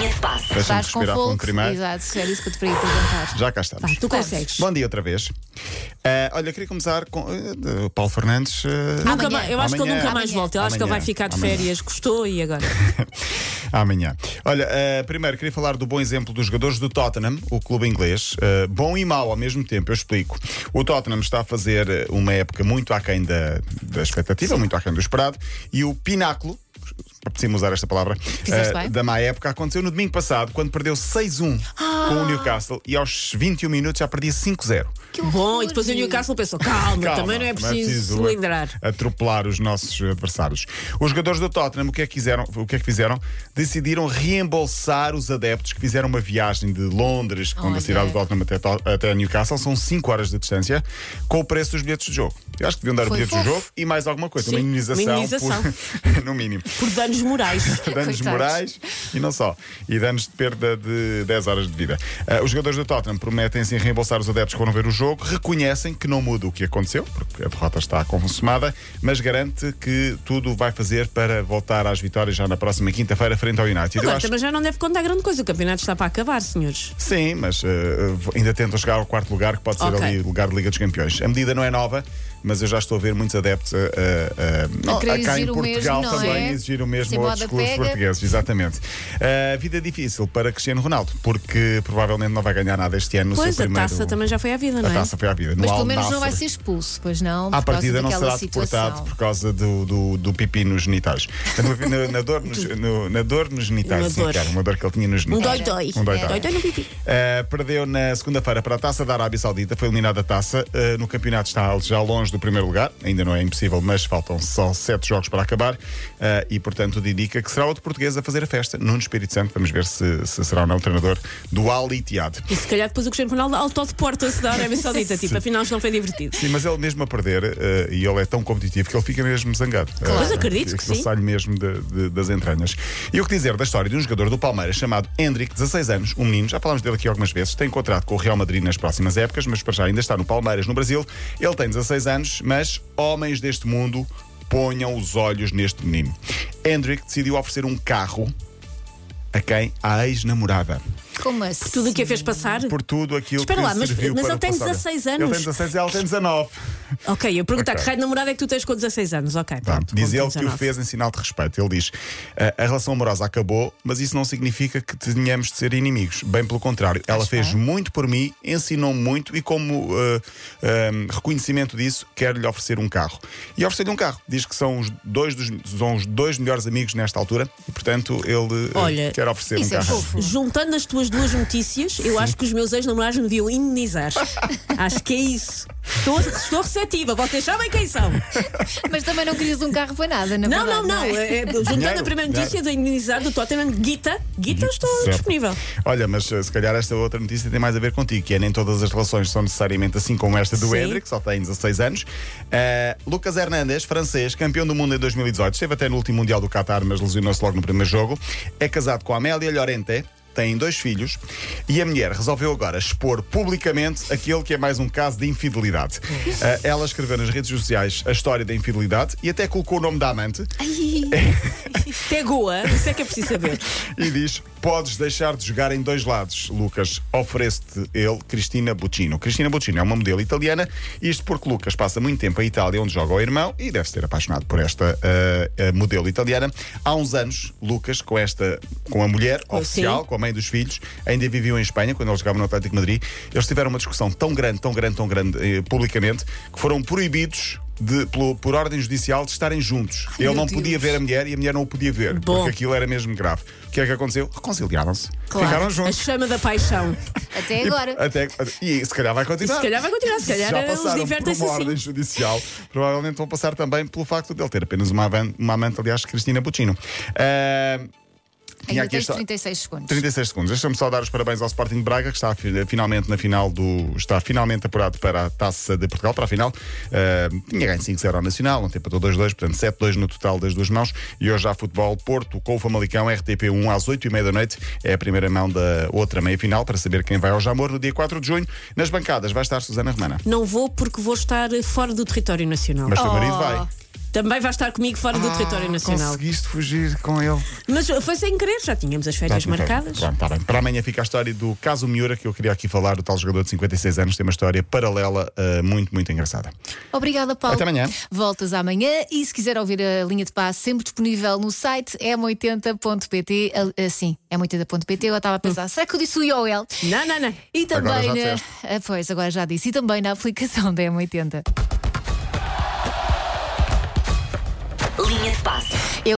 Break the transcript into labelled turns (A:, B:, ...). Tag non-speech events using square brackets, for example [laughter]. A: Deixa-me
B: Estás com
A: respirar fundo
B: folk.
A: um primeiro.
B: Exato, era isso que eu te queria perguntar.
A: Já cá estamos.
C: Vai, tu
B: Vamos.
C: consegues.
A: Bom dia outra vez. Ah, olha, queria começar com eh, Paulo Fernandes. eh,
C: Nunca
B: Amanhã.
C: mais- eu acho que
A: Amanhã.
C: ele nunca mais
B: Amanhã.
C: volta. Eu acho que ele
A: Amanhã.
C: vai ficar de
A: Amanhã.
C: férias. Gostou e agora?
A: Amanhã. Olha, eh, primeiro queria falar do bom exemplo dos jogadores do Tottenham, o clube inglês. Eh, bom e mau ao mesmo tempo, eu explico. O Tottenham está a fazer eh, uma época muito aquém da, da expectativa, muito aquém do esperado, e o pináculo. é Preciso usar esta palavra
B: Fizeste
A: eh,
B: bem.
A: da má época. Aconteceu no domingo passado, quando perdeu 6-1
B: Ah.
A: com o Newcastle e aos 21 minutos já perdia 5-0.
B: Que
C: Bom,
B: horror.
C: e depois o Newcastle pensou: calma,
A: Calma,
C: também não é preciso
A: a-
C: cilindrar.
A: Atropelar os nossos adversários. Os jogadores do Tottenham, o que, é que quiseram, o que é que fizeram? Decidiram reembolsar os adeptos que fizeram uma viagem de Londres, com
B: Olha.
A: da cidade do Tottenham até, To- até Newcastle, são 5 horas de distância, com o preço dos bilhetes de jogo. Eu acho que deviam dar
B: Foi
A: bilhetes de
B: fofo.
A: jogo e mais alguma coisa,
C: Sim,
A: uma indenização.
C: uma indenização.
A: por- [laughs] no mínimo.
C: Por danos
A: [laughs]
C: morais.
A: Danos
B: Coitados.
C: [laughs]
A: morais e não só. E danos de perda de 10 horas de vida. Ah, os jogadores do Tottenham prometem-se reembolsar os adeptos que foram ver o jogo, reconhecem que não muda o que aconteceu, porque a derrota está consumada, mas garante que tudo vai fazer para voltar às vitórias já na próxima quinta-feira, frente ao United. Eu
C: Agora
A: acho- É
C: também já não deve contar grande coisa. O campeonato está para acabar, senhores.
A: Sim, mas eh, ainda tentam chegar ao quarto lugar, que pode ser
C: Ok.
A: ali o lugar de Liga dos Campeões. A medida não é nova, mas eu já estou a ver muitos adeptos a, a, a,
B: A querer
A: cá em
B: exigir o
A: Portugal
B: mesmo, não
A: também
B: é?
A: exigir o mesmo
B: Se
A: ao
B: moda
A: discurso
B: pega.
A: português, exatamente. Eh, vida difícil para Cristiano Ronaldo, porque provavelmente não vai ganhar nada este ano no
C: Pois,
A: seu
C: a
A: primeiro.
C: taça também já foi à vida,
A: A
C: não é?
A: taça foi à vida. no
B: Mas
A: Al
B: pelo menos não vai
A: Nassr.
B: ser expulso, pois não?
A: À
B: por causa
A: partida não
B: daquela
A: será deportado
B: situação.
A: por causa do, do, do pipi nos genitais. Na, na- na dor, nos, no- na dor nos
C: Na
A: genitais, sim,
C: dor.
A: cara, uma dor que ele tinha nos
C: Um
A: genitais.
C: dói-dói.
A: Um dói-dói.
C: Dói-dói no pipi.
A: Uh, perdeu na segunda-feira para a taça da Arábia Saudita, foi eliminada a taça. Uh, no campeonato está já longe do primeiro lugar, ainda não é impossível, mas faltam só sete jogos para acabar. Uh, e, portanto, tudo indica que será outro português a fazer a festa, Nuno Espírito Santo. Vamos ver se, se será ou não o treinador do Al Ittihad.
C: E se calhar depois o Cristiano Ronaldo autodeporta-se da Arábia Saudita. Tipo, afinal isto não foi divertido.
A: Sim, mas ele mesmo a perder, eh, e ele é tão competitivo que ele fica mesmo zangado. Eh,
C: Mas acredito que
A: aquilo
C: sim.
A: sai-lhe mesmo de- de- das entranhas. E o que dizer da história de um jogador do Palmeiras chamado Hendrick, 16 anos, um menino, já falámos dele aqui algumas vezes, tem contrato com o Real Madrid nas próximas épocas, mas para já ainda está no Palmeiras, no Brasil. Ele tem 16 anos, mas homens deste mundo ponham os olhos neste menino. Hendrick decidiu oferecer um carro a quem? À ex-namorada.
B: Como assim?
C: Tudo o que a fez passar.
A: Por tudo aquilo
C: Espera
A: que
C: lá, mas-
A: serviu
C: mas
A: para
C: ele tem
A: o passado.
C: 16
A: Ele
C: anos.
A: tem 16 e ela tem 19.
C: Ok, eu perguntar
A: Ok.
C: que raio de namorada é que tu tens com 16 anos. Ok,
A: Tá.
C: pronto.
A: Diz
C: com
A: ele que o
C: 19.
A: fez em sinal de respeito. Ele diz: "Ah, a relação amorosa acabou, mas isso não significa que tenhamos de ser inimigos. Bem pelo contrário, ela fez
B: bem.
A: muito por mim, ensinou-me muito e, como ah, ah, reconhecimento disso, quero-lhe oferecer um carro. E ofereceu-lhe um carro. Diz que são os dois, dos, são os dois melhores amigos nesta altura e, portanto, ele ah,
C: Olha,
A: quer oferecer um
B: Isso é
A: carro.
B: fofo.
C: Juntando as tuas duas notícias, eu acho que os meus ex-namorados me deviam indenizar. acho que é isso. Estou, estou receptiva, vocês sabem quem são.
B: Mas também não querias um carro para nada, na
C: Não,
B: verdade,
C: não, não.
B: é?
C: é, é, juntando
A: Dinheiro,
C: a primeira
A: dinheiro.
C: notícia do indenizar do Tottenham, Guita, Guita, eu estou
A: Certo.
C: disponível.
A: Olha, mas eh, se calhar esta outra notícia tem mais a ver contigo, que é nem todas as relações são necessariamente assim como esta do
C: Sim.
A: Hendrik, que só tem 16 anos. Eh, Lucas Hernandes, francês, campeão do mundo em 2018, esteve até no último Mundial do Qatar, mas lesionou-se logo no primeiro jogo. É casado com a Amélia Llorente. Tem dois filhos e a mulher resolveu agora expor publicamente aquele que é mais um caso de infidelidade. Eh, ela escreveu nas redes sociais a história da infidelidade e até colocou o nome da amante,
C: Até Goa, isso é que é preciso saber.
A: [laughs] e diz: Podes deixar de jogar em dois lados, Lucas. Oferece-te ele, Cristina Buccino. Cristina Buccino é uma modelo italiana, isto porque Lucas passa muito tempo em Itália, onde joga o irmão, e deve ser apaixonado por esta ah, ah, modelo italiana. Há uns anos, Lucas, com esta, com a mulher
C: Oh,
A: oficial,
C: sim.
A: com a mãe dos filhos, ainda viviam em Espanha, quando eles jogavam no Atlético de Madrid, eles tiveram uma discussão tão grande, tão grande, tão grande, eh, publicamente, que foram proibidos. de- pelo- por ordem judicial de estarem juntos. ele
B: meu
A: não podia
B: Deus.
A: ver a mulher e a mulher não o podia ver,
C: Bom.
A: porque aquilo era mesmo grave. O que é que aconteceu? Reconciliaram-se.
B: Claro.
A: Ficaram
C: A
A: juntos.
C: chama da paixão.
B: Até agora.
A: E, até, e se calhar vai
C: E
A: continuar.
C: se calhar vai continuar, se calhar
A: Já
C: eles
A: passaram por
C: divertem-se
A: uma
C: assim.
A: ordem judicial. Provavelmente vão passar também pelo facto de ele ter apenas uma, avan- uma amante, aliás, Cristina Buccino. Ah, tinha
B: Ainda
A: aqui a
B: tens
A: histó-
B: 36 segundos.
A: 36 segundos. Deixa-me só dar os parabéns ao Sporting de Braga, que está fi- finalmente na final do. está finalmente apurado para a taça de Portugal, para a final. Uh, tinha ganho 5-0 ao Nacional, ontem para 2-2, portanto 7-2 no total das duas mãos. E hoje há futebol Porto com o Famalicão, RTP1 às 8h30 da noite. É a primeira mão da outra meia final para saber quem vai ao Jamor no dia 4 de junho. Nas bancadas vai estar Susana Romana.
C: Não vou porque vou estar fora do território nacional.
A: Mas Ah, teu
B: Oh.
A: marido vai.
C: Também vai estar comigo fora do território nacional.
A: Conseguiste fugir com ele.
C: Mas foi sem querer, já tínhamos as férias marcadas.
A: Pronto, tá bem. Para amanhã fica a história do caso Miura, que eu queria aqui falar, do tal jogador de 56 anos, tem uma história paralela eh, muito, muito engraçada.
B: Obrigada, Paulo.
A: Até amanhã.
B: Voltas amanhã e se quiser ouvir a linha de passe, sempre disponível no site m80.pt. Ah, ah, Sim, m80.pt. Eu estava a pensar, será que eu disse o IOL?
C: Não, não, não.
B: E
A: Agora
B: também
A: já
B: na.
A: disseste.
B: Ah, Pois, agora já disse. E também na aplicação da M80.